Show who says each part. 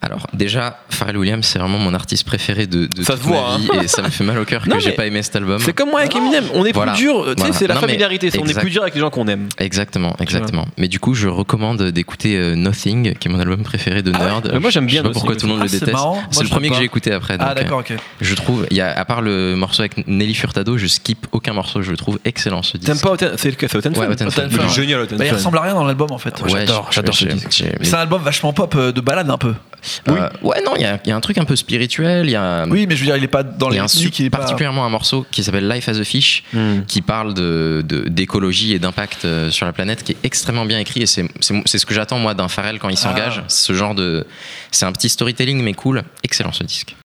Speaker 1: Alors déjà, Pharrell Williams, c'est vraiment mon artiste préféré de, de
Speaker 2: Ça
Speaker 1: toute
Speaker 2: se voit,
Speaker 1: ma
Speaker 3: hein.
Speaker 1: vie et ça me fait mal au cœur que
Speaker 2: Non,
Speaker 1: j'ai
Speaker 2: mais
Speaker 1: pas aimé cet album.
Speaker 2: C'est comme moi avec Eminem, on est
Speaker 1: Mm. Voilà.
Speaker 2: plus dur, tu sais,
Speaker 1: Voilà.
Speaker 2: c'est la
Speaker 1: Non, mais
Speaker 2: familiarité, c'est- on est
Speaker 1: exact.
Speaker 2: plus dur avec les gens qu'on aime.
Speaker 1: Exactement, exactement. Mais du coup, je recommande d'écouter euh, Nothing, qui est mon album préféré de
Speaker 2: Ah ouais
Speaker 1: nerd.
Speaker 2: Mais moi, j'aime
Speaker 1: Je sais
Speaker 2: bien
Speaker 1: pas
Speaker 2: Nothing
Speaker 1: pourquoi
Speaker 2: aussi.
Speaker 1: tout le monde
Speaker 3: Ah,
Speaker 1: le
Speaker 3: c'est
Speaker 1: déteste.
Speaker 3: marrant. Moi,
Speaker 1: C'est
Speaker 3: je
Speaker 1: le premier
Speaker 3: l'aime
Speaker 1: que
Speaker 3: pas.
Speaker 1: j'ai écouté après.
Speaker 3: Ah,
Speaker 1: donc, euh,
Speaker 3: d'accord, ok.
Speaker 1: Je trouve, il y a, à part le morceau avec Nelly Furtado, je skip aucun morceau, je le trouve excellent ce
Speaker 2: T'aimes
Speaker 1: disque.
Speaker 2: pas Oten C'est le c'est Oten
Speaker 1: Ouais,
Speaker 2: Fun
Speaker 1: Oten Fun,
Speaker 2: Il est
Speaker 3: ouais.
Speaker 2: génial, Oten
Speaker 3: Bah, il
Speaker 2: Fun.
Speaker 3: ressemble à rien dans l'album en fait.
Speaker 1: Ouais,
Speaker 3: j'adore,
Speaker 1: je-
Speaker 3: j'adore ce
Speaker 1: j'ai-
Speaker 3: disque.
Speaker 1: j'ai-
Speaker 3: C'est un album vachement pop euh, de balade un peu.
Speaker 1: Euh, ouais, non, il y a, il y a un truc un peu spirituel, il y a,
Speaker 3: Oui, mais je veux dire, il est pas dans
Speaker 1: il y
Speaker 3: les
Speaker 1: a un su-
Speaker 3: musiques, il est pas.
Speaker 1: particulièrement un morceau qui s'appelle Life as a Fish,
Speaker 2: Hmm.
Speaker 1: qui parle de de- d'écologie et d'impact euh, sur la planète, qui est extrêmement bien écrit. Et c'est c'est- c'est ce que j'attends moi d'un Pharrell quand il s'engage. Ce genre de, c'est un petit storytelling mais cool. Excellent ce disque.